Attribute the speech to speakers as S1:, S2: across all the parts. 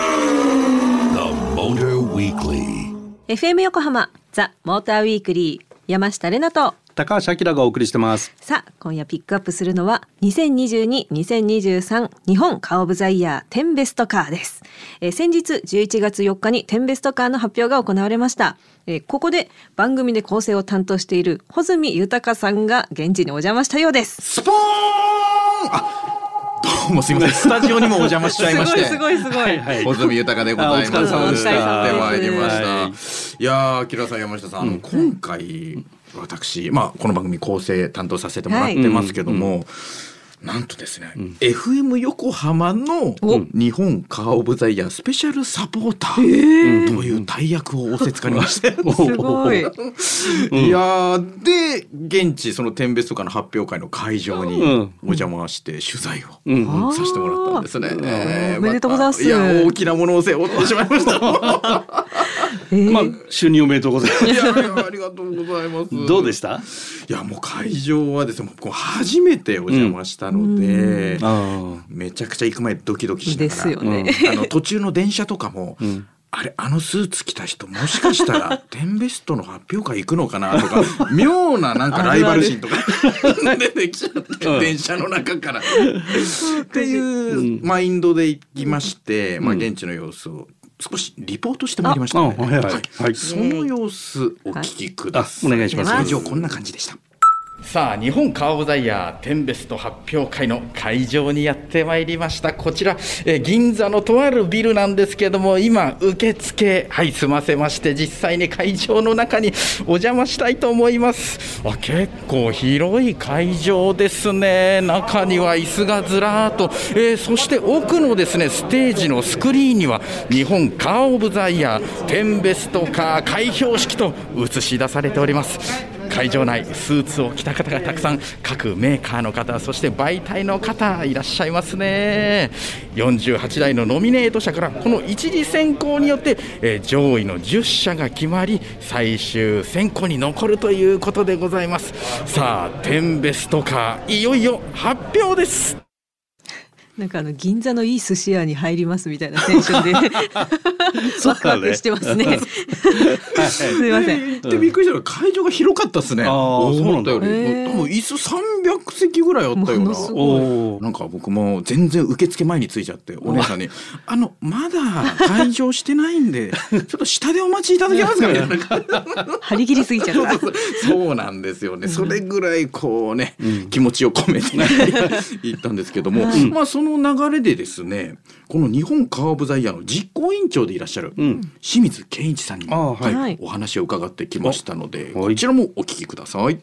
S1: The Motor Weekly.
S2: FM 横浜ザ・モーターウィークリー山下れなと
S3: 高橋明がお送りしてます。
S2: さあ今夜ピックアップするのは2022-2023日本カー・オブ・ザ・イヤー10ベストカーです、えー先日11月4日に10ベストカーの発表が行われました、えーここで番組で構成を担当している穂積豊さんが現地にお邪魔したようです
S4: スポーンあどうもすみません。 スタジオにもお邪魔しちゃいまして。
S2: すごいすごいすごい、
S3: はい
S4: 小泉豊でございます。
S3: あお疲れ様でした
S4: やってまいりま
S3: は
S4: した。いやー、キラさん、山下さん、あの今回、私、まあ、この番組構成担当させてもらってますけども、なんとですね、FM 横浜の日本カー・オブ・ザ・イヤースペシャルサポーターという大役を仰せつかりまして、
S2: すごい
S4: いやーで現地その天別とかの発表会の会場に
S3: うん
S4: お邪魔して取材を、
S2: うん
S4: させてもらったんですね。えー
S2: おめでとうございます
S4: たいや大きなものを背負ってしまい ました。
S2: えー
S3: まあ就任おめでとうございま
S4: いやいやありがとうございます。
S3: す。どうでした？
S4: いやもう会場はですねもうこう初めてお邪魔したので、
S3: あ
S4: めちゃくちゃ行く前ドキドキしな
S2: で
S4: がら
S2: すよね、
S4: あの途中の電車とかも、あれあのスーツ着た人もしかした らテンベストの発表会行くのかなとか 妙ななんかライバル心とか 出てきちゃって、
S3: うん
S4: 電車の 中から。っていうマインドで行きまして、まあ、現地の様子を少しリポートしてまいりましたので、
S3: ああはいはいはい
S4: その様子お聞きください。
S3: お願いします。
S4: 以上こんな感じでした。
S5: さあ日本カー・オブ・ザ・イヤーテンベスト発表会の会場にやってまいりましたこちら、えー銀座のとあるビルなんですけども今受付はい済ませまして実際に会場の中にお邪魔したいと思いますあ結構広い会場ですね中には椅子がずらーっと、えーそして奥のですねステージのスクリーンには日本カー・オブ・ザ・イヤーテンベストカー開票式と映し出されております会場内、スーツを着た方がたくさん、各メーカーの方、そして媒体の方、いらっしゃいますね。48台のノミネート者から、この一次選考によって、えー上位の10社が決まり、最終選考に残るということでございます。さあ、10ベストカー、いよいよ発表です。
S2: なんかあの銀座のいい寿司屋に入りますみたいなテンションで ワクワクしてますね。すみません。
S4: 行ってびっくりしたのが会場が広かったですね。
S3: あーそうな
S4: 思っ
S3: んだ
S4: たより、
S2: へー
S4: 多分椅子300席ぐらいあったよう
S2: もの
S4: な。
S2: すごい
S3: おお。
S4: なんか僕も全然受付前に着いちゃってお姉さんに「あのまだ会場してないん でちょっと下でお待ちいただけますか」みたいな感
S2: 張り切りすぎちゃった。
S4: じそうなんですよねそれぐらいこうね、気持ちを込めて 行ったんですけども、まあその流れでですねこの日本カー・オブ・ザ・イヤーの実行委員長でいらっしゃる
S3: うん。
S4: 清水健一さんにも、
S3: あーはい
S2: はい
S4: お話を伺ってきましたので
S3: おはい
S4: こちらもお聞きください。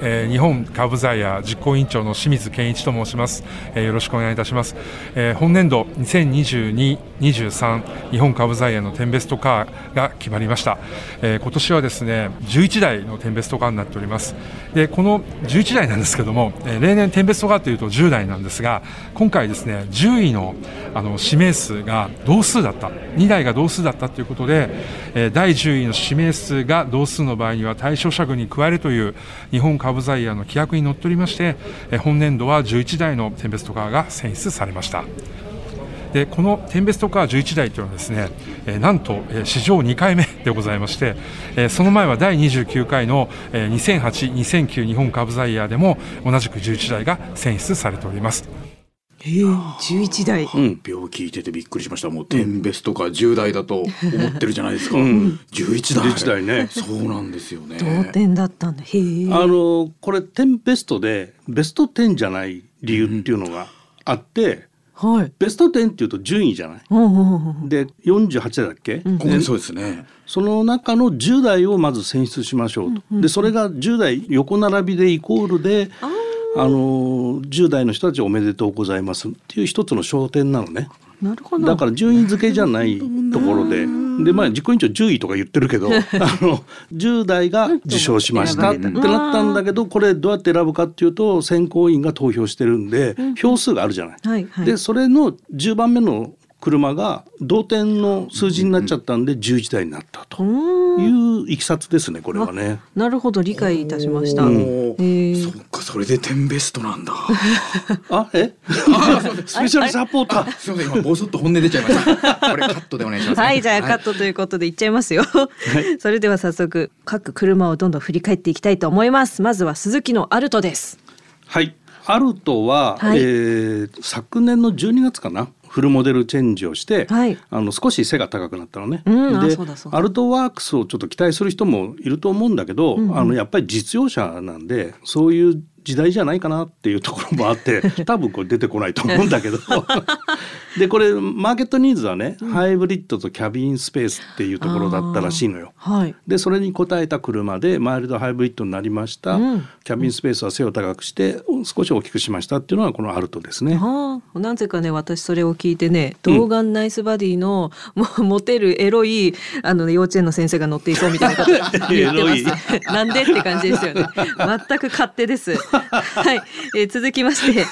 S6: えー日本カーブザイヤー実行委員長の清水健一と申します、えーよろしくお願いいたします、えー本年度2022-23日本カーブザイヤーの10ベストカーが決まりました、えー今年はですね11台の10ベストカーになっておりますでこの11台なんですけども、えー例年10ベストカーというと10台なんですが今回ですね10位のあの指名数が同数だった2台が同数だったということで、えー第10位の指名数が同数の場合には対象者群に加えるという日本株財ヤの規約にのっとりまして、えー本年度は11台のテンベストカーが選出されました。でこのテンベストカー11台というのはですね、えーなんと、えー史上2回目でございまして、えーその前は第29回の、えー2008、2009日本株財ヤでも同じく11台が選出されております。
S2: ええ十一台。
S4: 秒聞いててびっくりしましたもう10ベストか10代だと思ってるじゃないですか、11代
S3: 11代ね
S4: そうなんですよね
S2: 同点だったんだ。へえ。
S3: あのこれ10ベストでベスト10じゃない理由っていうのがあって、
S2: はい。
S3: ベスト10っていうと順位じゃない。
S2: うんうんうんうん。
S3: で48だっけ？
S4: ここにそうですね
S3: その中の10代をまず選出しましょうと、でそれが10代横並びでイコールであの10代の人たちおめでとうございますっていう一つの焦点なのね
S2: なるほど。
S3: だから順位付けじゃないところででまあ実行委員長10位とか言ってるけどあの10代が受賞しましたって
S4: 選ばれ
S3: なったんだけどこれどうやって選ぶかっていうと選考委員が投票してるんで票数があるじゃない。
S2: はいはい。
S3: でそれの10番目の車が同点の数字になっちゃったんで11台になったと
S2: うーん
S3: いういきさつですねこれはね。
S2: なるほど理解いたしました。
S4: お
S2: へ
S4: ー
S2: え。
S4: そっかそれでテンベストなんだ
S3: あえスペシャルサポーター
S4: すみません今ボソッと本音出ちゃいました これカットでお願いしますね、
S2: はい、じゃあカットということでいっちゃいますよ。 それでは早速各車をどんどん振り返っていきたいと思います。まずは鈴木のアルトです。
S3: はいアルトは、
S2: はい
S3: えー昨年の12月かなフルモデルチェンジをして、
S2: はい
S3: あの少し背が高くなったのね、
S2: うんあ
S3: で
S2: そうだそうだ
S3: アルトワークスをちょっと期待する人もいると思うんだけど、あのやっぱり実用車なんでそういう時代じゃないかなっていうところもあって 多分これ出てこないと思うんだけどでこれマーケットニーズはね、ハイブリッドとキャビンスペースっていうところだったらしいのよ。
S2: はい。
S3: でそれに応えた車でマイルドハイブリッドになりました、
S2: うん
S3: キャビンスペースは背を高くして少し大きくしましたっていうのはこのアルトですね。
S2: ああ、なぜかね私それを聞いてね童顔ナイスバディの、 もうモテるエロいあの、ね、幼稚園の先生が乗っていそうみたい なこと言ってますね なんでって感じですよね全く勝手です はい、えー続きまして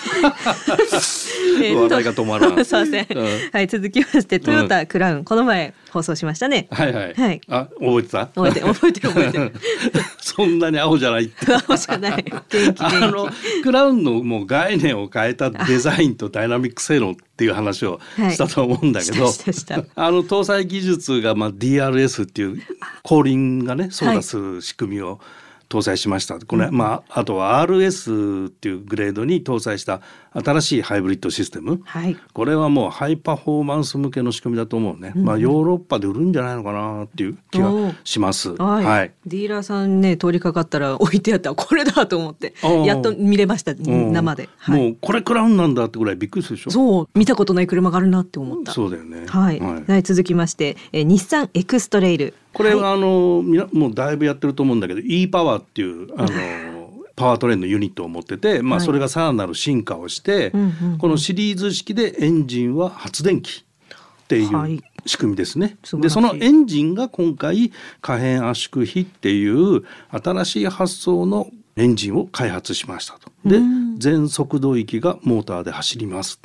S2: えーと
S3: 笑いが止まら ん
S2: すいません、
S3: うん
S2: はい続きましてトヨタクラウン、この前放送しましたね
S3: はいはい、
S2: はい
S3: あ覚えてた
S2: 覚えて覚えてる覚えてる
S3: そんなに青じゃないって。
S2: 不 安じゃない元気元気
S3: あの クラウンのもう概念を変えたデザインとダイナミック性能っていう話を
S2: はい
S3: したと思うんだけど、
S2: したしたし
S3: あの搭載技術がまあ DRS っていう後輪がね操作する仕組みを搭載しました、これ、まあ、あとは RS っていうグレードに搭載した新しいハイブリッドシステム、
S2: はい
S3: これはもうハイパフォーマンス向けの仕組みだと思うね、まあ、ヨーロッパで売るんじゃないのかなっていう気
S2: お
S3: が
S2: ー
S3: します。
S2: はい、
S3: はい
S2: ディーラーさんね通りかかったら置いてあったこれだと思って
S3: あー
S2: やっと見れました
S3: うん
S2: 生で、はい、
S3: もうこれクラウンなんだってぐらいびっくりするでしょ
S2: そう見たことない車があるなって思った
S3: そうだよね
S2: はい、
S3: はい
S2: はい、続きまして、えー日産エクストレイル
S3: これ
S2: はい
S3: はあの、みなもうだいぶやってると思うんだけど e パワーっていうあのパワートレインのユニットを持ってて、まあ、
S2: はい
S3: それがさらなる進化をして、
S2: うんうんうん
S3: このシリーズ式でエンジンは発電機ってい
S2: はいう
S3: 仕組みですね。
S2: 素晴ら
S3: で
S2: しい
S3: そのエンジンが今回可変圧縮比っていう新しい発想のエンジンを開発しましたと。で全速度域がモーターで走ります。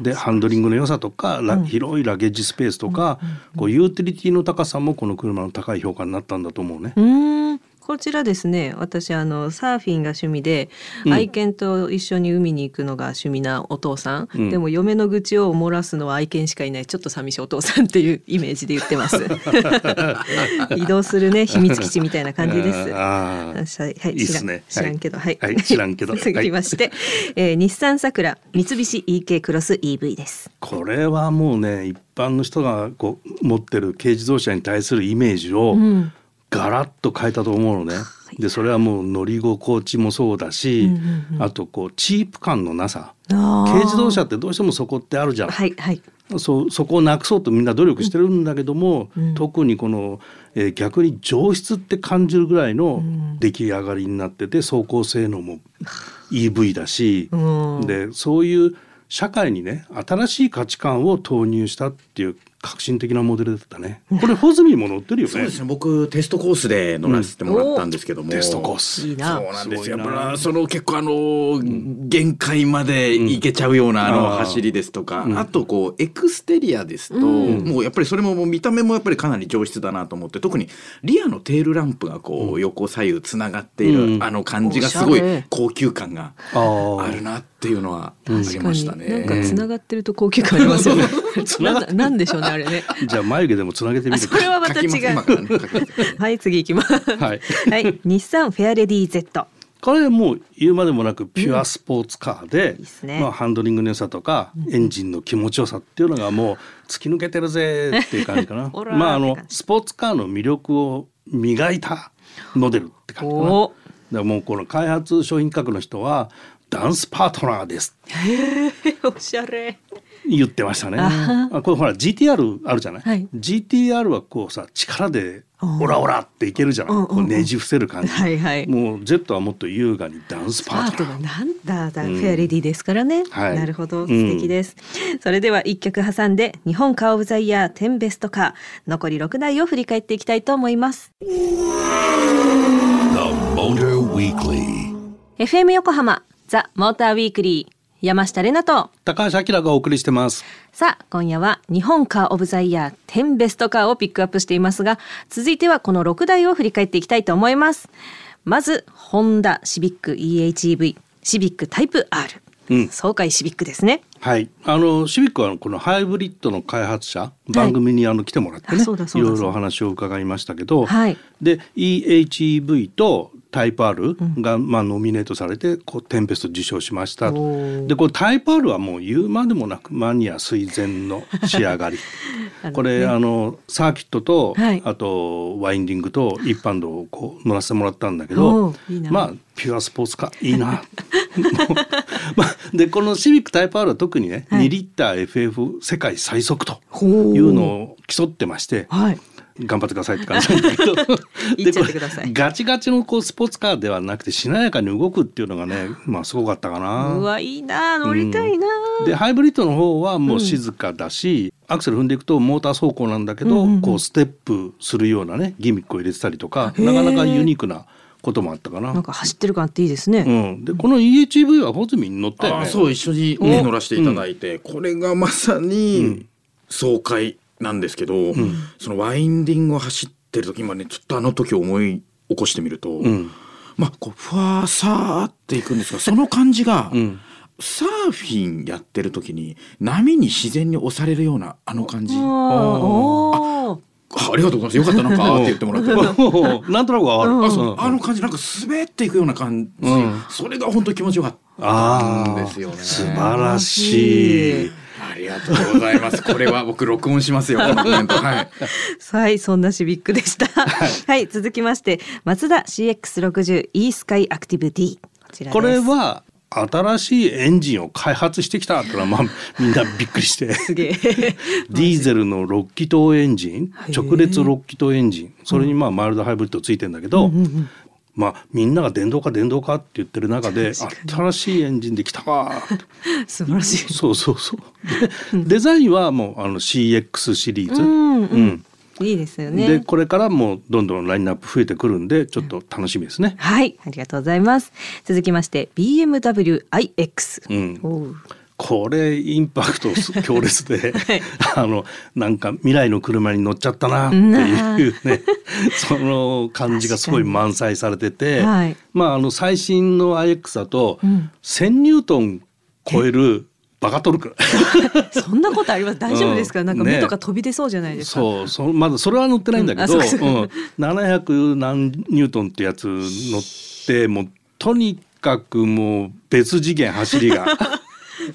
S3: でハンドリングの良さとか、ラ広いラゲージスペースとか、こうユーティリティの高さもこの車の高い評価になったんだと思うね。
S2: うーんこちらですね私あのサーフィンが趣味で、愛犬と一緒に海に行くのが趣味なお父さん、
S3: ん
S2: でも嫁の愚痴を漏らすのは愛犬しかいないちょっと寂しいお父さんっていうイメージで言ってます 移動するね秘密基地みたいな感じです
S3: あー
S2: はい、はいい、
S3: いっ
S2: 知ら
S3: す
S2: ん、
S3: ね
S2: 知らんけど、はい、
S3: はいはい知らんけど
S2: 続きまして、えー日産さくら、三菱 E.K. クロス E.V. です。
S3: これはもうね一般の人がこう持ってる軽自動車に対するイメージを
S2: ん
S3: ガラッと変えたと思うのね。でそれはもう乗り心地もそうだし、あとこうチープ感のなさ軽
S2: 軽
S3: 自動車ってどうしてもそこってあるじゃん、
S2: はい、はい、
S3: そうそこをなくそうとみんな努力してるんだけども、特にこの、えー逆に上質って感じるぐらいの出来上がりになってて走行性能も EV だし、
S2: うん
S3: でそういう社会にね新しい価値観を投入したっていう革新的なモデルだったね。これホズミも乗ってるよ
S4: そう
S3: ね
S4: で。すね僕テストコースで乗らせてもらったんですけども、
S3: テストコース
S2: いいな
S4: そうなんです
S3: す
S4: よ
S3: ごいな
S4: やっぱその結構あの限界までいけちゃうようなあの
S3: あー
S4: 走りですとか、あとこうエクステリアですと、もうやっぱりそれももう見た目もやっぱりかなり上質だなと思って特にリアのテールランプがこう横左右つながっている、
S3: うん
S4: あの感じがすごい
S2: おしゃれ
S4: 高級感が
S3: あー
S4: あるなっていうのはあり
S2: 確か
S4: ま
S2: に、
S4: した
S2: な
S4: ね。
S2: んか繋がってると高級感ありますよね。なんだなんでしょうね、あれね。
S3: じゃあ眉毛でもつなげてみ
S2: あ、
S3: る
S2: そ
S3: か。
S2: れはまた
S4: 書きます
S2: 違
S4: 今からね書きます
S2: う。 はい、次行きます。は
S3: はい
S2: い、日産フェアレディ Z。
S3: これもう言うまでもなくピュアスポーツカーで、
S2: いいっすね
S3: まあ、ハンドリングの良さとか、エンジンの気持ちよさっていうのがもう突き抜けてる ぜっていう感じかな
S2: オラー
S3: まああ
S2: って
S3: の
S2: 感じ
S3: スポーツカーの魅力を磨いたモデルって感じかな。だ
S2: おー
S3: からもうこの開発商品企画の人はダンスパートナーですって
S2: おしゃれ。
S3: 言ってましたね。あこれほら GTR あるじゃない、
S2: はい
S3: GTR はこうさ力でオラオラっていけるじゃない、
S2: うんうんうん
S3: こうねじ伏せる感じ、
S2: はいはい
S3: もう Z はもっと優雅にダンスパ
S2: パ
S3: ー
S2: ー
S3: ト
S2: ト
S3: ナー
S2: が。なんだだ、フェアレディですからね、
S3: はい
S2: なるほど
S3: うん
S2: 素敵です、それでは一曲挟んで日本カーオブザイヤー10ベストカー残り6台を振り返っていきたいと思います
S1: The Motor Weekly.
S2: FM 横浜ザ・モーターウィークリー山下れなと
S3: 高橋明がお送りしてます。
S2: さあ今夜は日本カーオブザイヤー10ベストカーをピックアップしていますが続いてはこの6台を振り返っていきたいと思いますまずホンダシビック EHEV シビックタイプ R、
S3: うん
S2: 爽快シビックですね
S3: はい、あのシビックはこのハイブリッドの開発者番組にあの来てもらってね、
S2: あ
S3: い
S2: そうだ、そうだ
S3: ろいろお話を伺いましたけど、
S2: はい
S3: で EHEV とタイプ R が、まあ、ノミネートされてこうテンペスト受賞しました
S2: おー
S3: とでこのタイプ R はもう言うまでもなくマニア垂涎の仕上がり
S2: あのね
S3: これあのサーキットと、
S2: はい
S3: あとワインディングと一般道をこう乗らせてもらったんだけ
S2: お
S3: ど
S2: ーいいな
S3: まあピュアスポーツカーいいな。 まあ、でこのシビックタイプ R は特にね、
S2: はい
S3: 2リッター FF 世界最速と
S2: ほう
S3: いうのを競ってまして
S2: はい
S3: 頑張ってくださいって感じなんだけど
S2: 言っちゃって
S3: で
S2: ください
S3: これガチガチのこうスポーツカーではなくてしなやかに動くっていうのがね、まあ、すごかったか
S2: う
S3: な。
S2: わいいな乗りたいな、
S3: でハイブリッドの方はもう静かだし、アクセル踏んでいくとモーター走行なんだけど、
S2: うんうんうん
S3: こうステップするようなねギミックを入れてたりとかなかなかユニークなこともあったかな。
S2: なんか走ってる感っていいですね、
S3: うん、でこの EHEV はホズミに乗ったよ
S4: あ
S3: ね。
S4: ーそう一緒に、ね、乗らせていただいて、これがまさに爽快なんですけど、そのワインディングを走ってる時今ねちょっとあの時を思い起こしてみると、
S3: うん
S4: まあこうふわーさーっていくんですがその感じが、
S3: うん
S4: サーフィンやってる時に波に自然に押されるようなあの感じ。
S2: あー
S4: あ
S2: おー
S4: ありがとうございます。よかったなんかあーって言ってもらって。
S3: なんとなくはある。
S4: あそう
S3: うん
S4: あの感じなんか滑っていくような感じ、
S3: うん
S4: それが本当に気持ちよかった
S3: あ
S4: ん
S3: ー
S4: ですよね。
S3: 素晴らしい。
S4: ありがとうございます。これは僕録音しますよ。このコメントはい。
S2: はい、そんなシビックでした。はい、続きまして、マツダ CX60 e スカイアクティブ D。こちらです。
S3: これは新しいエンジンを開発してきたってのは、まあ、みんなびっくり して。
S2: すげえ。
S3: ディーゼルの6気筒エンジン
S2: へー
S3: 直列6気筒エンジンそれにまあマイルドハイブリッドついてんだけど、まあ、みんなが電動化電動化って言ってる中で新しいエンジンできた わーって
S2: 素晴らしい。
S3: そうそうそう。でデザインはもうあの CX シリーズ。
S2: んうん
S3: うん
S2: いいですよ
S3: で
S2: ね。
S3: これからもうどんどんラインナップ増えてくるんでちょっと楽しみですね。
S2: はい、ありがとうございます。続きまして、BMW iX。
S3: うん
S2: おう
S3: これインパクトす強 烈で、あのなんか未来の車に乗っちゃったなっていうね その感じがすごい満載されてて、
S2: はい
S3: まああの最新の IX だと
S2: ん
S3: 1000ニュートン超えるバカトルク。
S2: そんなことあります。大丈夫ですか。
S3: うん
S2: なんか目
S3: ね
S2: とか飛び出そうじゃないですか。
S3: そうそのまだそれは乗ってないんだけど、
S2: う
S3: うんん
S2: あそうか
S3: 700何ニュートンってやつ乗ってもうとにかくもう別次元走りが。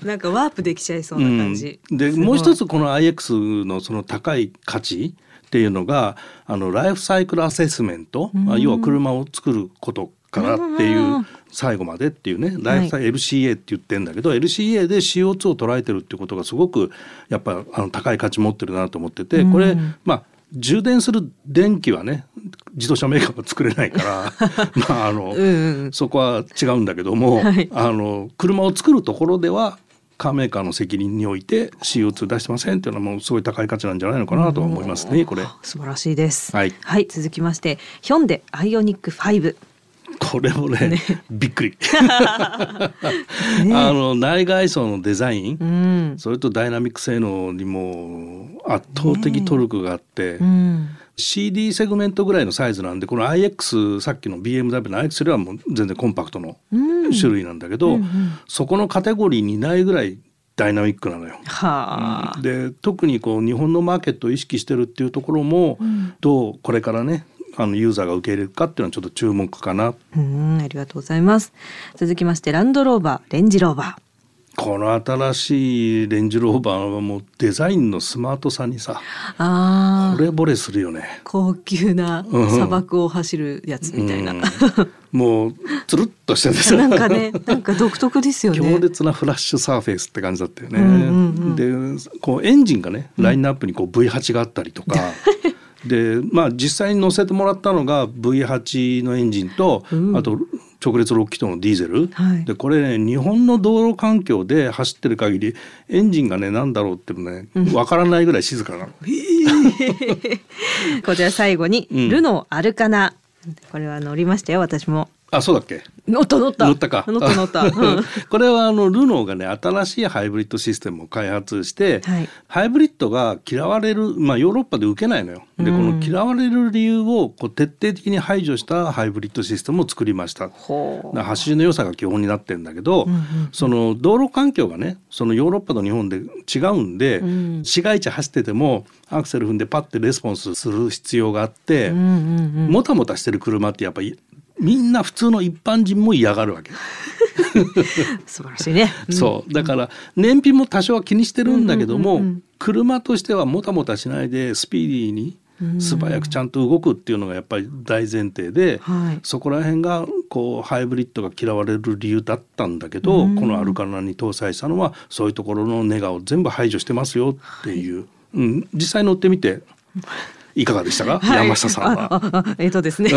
S2: なんかワープできちゃいそう
S3: う
S2: なん感じ。
S3: です
S2: ごい
S3: もう一つこの IX のその高い価値っていうのがあのライフサイクルアセスメント、あ要は車を作ることからっていう、
S2: うん
S3: 最後までっていうねライフサイ LCA って言ってんだけど、LCA で CO2 を捉えてるってことがすごくやっぱあの高い価値持ってるなと思っててこれ、まあ充電する電気はね自動車メーカーは作れない からまああの、
S2: うんうん
S3: そこは違うんだけども、
S2: はい
S3: あの車を作るところではカーメーカーの責任において CO2 出してませんっていうのはもうすごい高い価値なんじゃないのかなとは思いますねこれ
S2: 素晴らしいです。
S3: はい
S2: 続きまして、ヒョンデアイオニック5。
S3: これもねびっ くり あの内外装のデザイン、
S2: うん。
S3: それとダイナミック性能にも圧倒的トルクがあって、
S2: うん。
S3: CD セグメントぐらいのサイズなんでこの IX さっきの BMW の IX よりはもう全然コンパクトの種類なんだけど、そこのカテゴリーにないぐらいダイナミックなのよ。
S2: はあ。
S3: で特にこう日本のマーケットを意識してるっていうところも、どうこれからねあのユーザーが受け入れるかっていうのはちょっと注目かな
S2: うん、ありがとうございます。続きまして、ランドローバー、レンジローバ
S3: この新しいレンジローバーはもうデザインのスマートさにさ
S2: ー。ああ
S3: 惚。れ惚れするよね。
S2: 高級な
S3: うん
S2: 砂漠を走るやつみたいな。
S3: うんもうつるっとしててさ
S2: なんかね、なんか独特ですよね。
S3: 強烈なフラッシュサーフェイスって感じだったよね。
S2: うん
S3: でこうエンジンがねラインナップにこう V8 があった りとか。でまあ、実際に乗せてもらったのが V8 のエンジンと、あと直列6気筒のディーゼル、
S2: はい
S3: でこれね日本の道路環境で走ってる限りエンジンがね何だろうってねわからないぐらい静かなの、
S2: こちら最後に、
S3: うん
S2: ルノーアルカナ。これは乗りましたよ、私も。
S3: あそうだっけ
S2: 乗った乗った
S3: 乗ったか
S2: 乗った乗った、うん
S3: これはあのルノーがね新しいハイブリッドシステムを開発して、
S2: はい
S3: ハイブリッドが嫌われる、まあ、ヨーロッパで受けないのよ。でこの嫌われる理由をこう徹底的に排除したハイブリッドシステムを作りました。
S2: ほう
S3: だから走りの良さが基本になってるんだけど、その道路環境がねそのヨーロッパと日本で違うんで、
S2: ん
S3: 市街地走っててもアクセル踏んでパッてレスポンスする必要があって、もたもたしてる車ってやっぱりみんな普通の一般人も嫌がるわけ。
S2: 素晴らしいね
S3: そうだから燃費も多少は気にしてるんだけども、車としてはもたもたしないでスピーディーに素早くちゃんと動くっていうのがやっぱり大前提で、
S2: はい
S3: そこら辺がこうハイブリッドが嫌われる理由だったんだけど、このアルカナに搭載したのはそういうところのネガを全部排除してますよっていう、うん、実際乗ってみていかがでしたか、
S2: はい
S3: 山下さん
S2: あ
S3: は。
S2: ああ えっとですね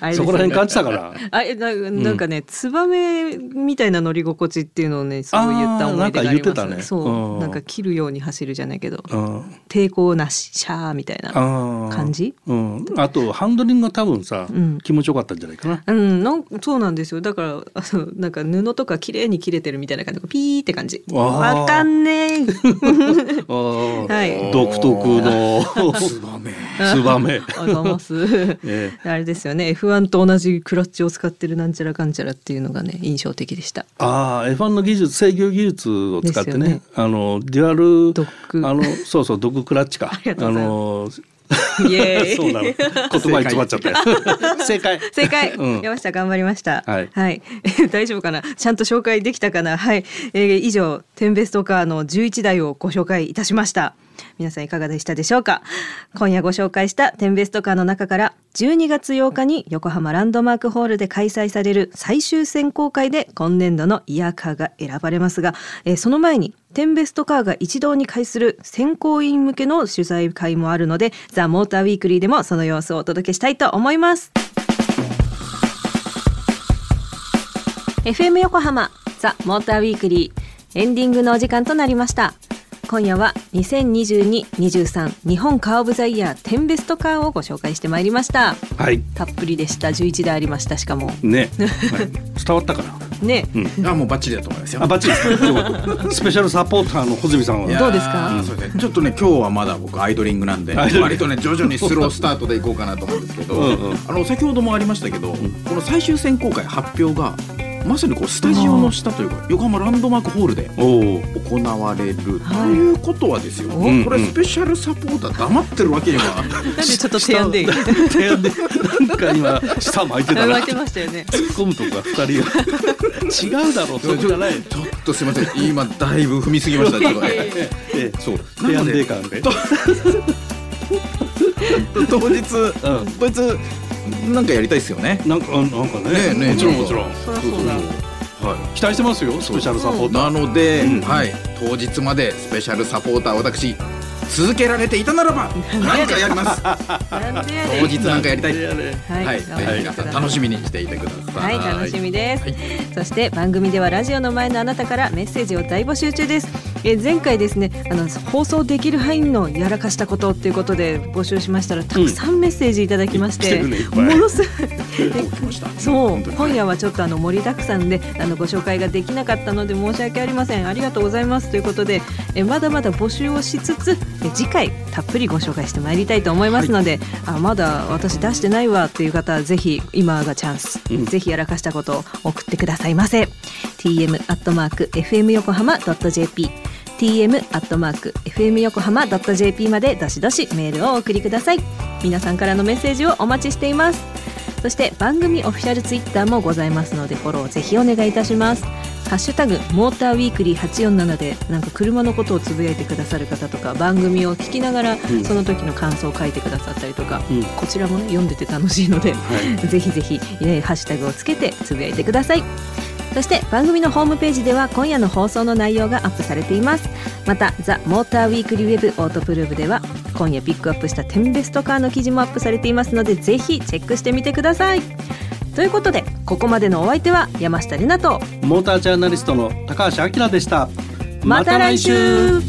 S2: あれです
S3: そこら辺感じたから
S2: あえななんかね、ツバメみたいな乗り心地っていうのをねそう言った思い出があり
S3: あーなんか言って
S2: ます
S3: たね
S2: そう、
S3: うん
S2: なんか切るように走るじゃないけど、
S3: うん
S2: 抵抗なしシャーみたいな
S3: あー
S2: 感じ
S3: うん、あとハンドリングが多分さ、
S2: ん
S3: 気持ちよかったんじゃな いかな。
S2: うんなんそうなんですよだからあのなんか布とか綺麗に切れてるみたいな感じピーって感じ
S3: わあ
S2: わかん ねえ
S3: は
S2: はい
S3: 独特 の
S4: ツバメ
S3: ツバメ。
S2: あざます
S3: ええ
S2: あれですよね F1 と同じクラッチを使ってるなんちゃらかんちゃらっていうのがね印象的でした
S3: ああ、F1 の技術、制御技術を使ってね、
S2: ですよね
S3: あのデュアル
S2: ドッグ
S3: あのそうそうドッグクラッチ か。あ
S2: りがとうござい
S3: の
S2: イエーイ
S3: そうなの。言葉に詰まっち ゃったよ。正解。
S2: 正解、
S3: うん
S2: 山下頑張りました。
S3: はい
S2: はい、 大丈夫かな、ちゃんと紹介できたかな、はい、えー以上、テンベストカーの11台をご紹介いたしました。皆さんいかがでしたでしょうか。今夜ご紹介したテンベストカーの中から、12月8日に横浜ランドマークホールで開催される最終選考会で今年度のイヤーカーが選ばれますが、えーその前にテンベストカーが一堂に会する選考委員向けの取材会もあるので、ザ・モーターウィークリーでもその様子をお届けしたいと思います。FM 横浜ザ・モーターウィークリーエンディングのお時間となりました今夜は2022-23日本カーオブザイヤー10ベストカーをご紹介してまいりました
S3: はい。
S2: たっぷりでした11台ありましたしかも
S3: ね、はい伝わったかな。
S2: ね、
S4: あもうバッチリだと思いますよ
S3: あ、バッチリですよかった。スペシャルサポーターの穂積さん
S4: いや
S2: ど
S3: は。
S4: ー
S2: うですか
S4: そうですねちょっとね今日はまだ僕アイドリングなんで
S3: アイドリング
S4: 割とね徐々にスロースタートでいこうかなと思うんですけど
S3: うんうん
S4: あの先ほどもありましたけど、この最終選考会発表がまさにこうスタジオの下というか横浜ランドマークホールで
S3: おお。
S4: 行われると
S2: はい
S4: いうことはですよ、
S3: ん
S4: これスペシャルサポーター黙ってるわけには
S2: なんでちょっと提案でいい言
S3: 手でなんか今舌巻いてたな。
S2: われ
S3: 突
S2: てましたよね
S3: っ込むとこが二人が違うだろう。そこじゃない。
S4: ちょっとすいません今だいぶ踏みすぎましたちょ っとね
S3: ええ
S4: そう
S3: 提
S4: な
S3: 案
S4: の
S3: で
S4: で
S3: 感 で。
S4: 当日こいつなんかやりたいですよね
S3: なんか、うんなんかね。
S4: ねえねえ
S3: もちろん、もちろん。
S2: そりゃそうだ
S4: はい
S3: 期待してますよ。スペシャルサポーター。
S4: なので、
S3: うん
S4: はい、当日までスペシャルサポーターを私続けられていたなら ば何かやります
S2: なんでやねん
S4: 当日なんかやりたい
S2: はい
S4: はい、
S2: 頑張って
S4: ぜひ皆さん
S2: ください
S4: 楽しみにしていてくださ。
S2: はいい、楽しみです、
S4: はい
S2: そして番組ではラジオの前のあなたからメッセージを大募集中ですえー前回ですねあの放送できる範囲のやらかしたことということで募集しましたらたくさんメッセージいただきまして、
S3: うん来てるねいっぱ
S2: も
S3: い
S2: のすごい
S4: 来ました
S2: そう
S4: 本当に
S2: 今夜はちょっとあの盛りだくさんであのご紹介ができなかったので申し訳ありませんありがとうございますということでえまだまだ募集をしつつえ次回たっぷりご紹介してまいりたいと思いますので、あまだ私出してないわっていう方はぜひ今がチャンス、ぜひやらかしたことを送ってくださいませ tm アットマーク fm 横浜 .jp tm アットマーク fm 横浜 .jp までどしどしメールをお送りください皆さんからのメッセージをお待ちしていますそして番組オフィシャルツイッターもございますのでフォローぜひお願いいたします。ハッシュタグモーターウィークリー847でなんか車のことをつぶやいてくださる方とか番組を聞きながら
S3: ん
S2: その時の感想を書いてくださったりとか、
S3: うん
S2: こちらもね読んでて楽しいので、
S3: は
S2: ぜひぜひ、えーハッシュタグをつけてつぶやいてください。そして番組のホームページでは今夜の放送の内容がアップされていますまた「ザ・モーターウィークリーウェブオートプルーブでは今夜ピックアップした10ベストカーの記事もアップされていますのでぜひチェックしてみてくださいということでここまでのお相手は山下玲奈と
S3: モータージャーナリストの高橋明でした。
S2: また来週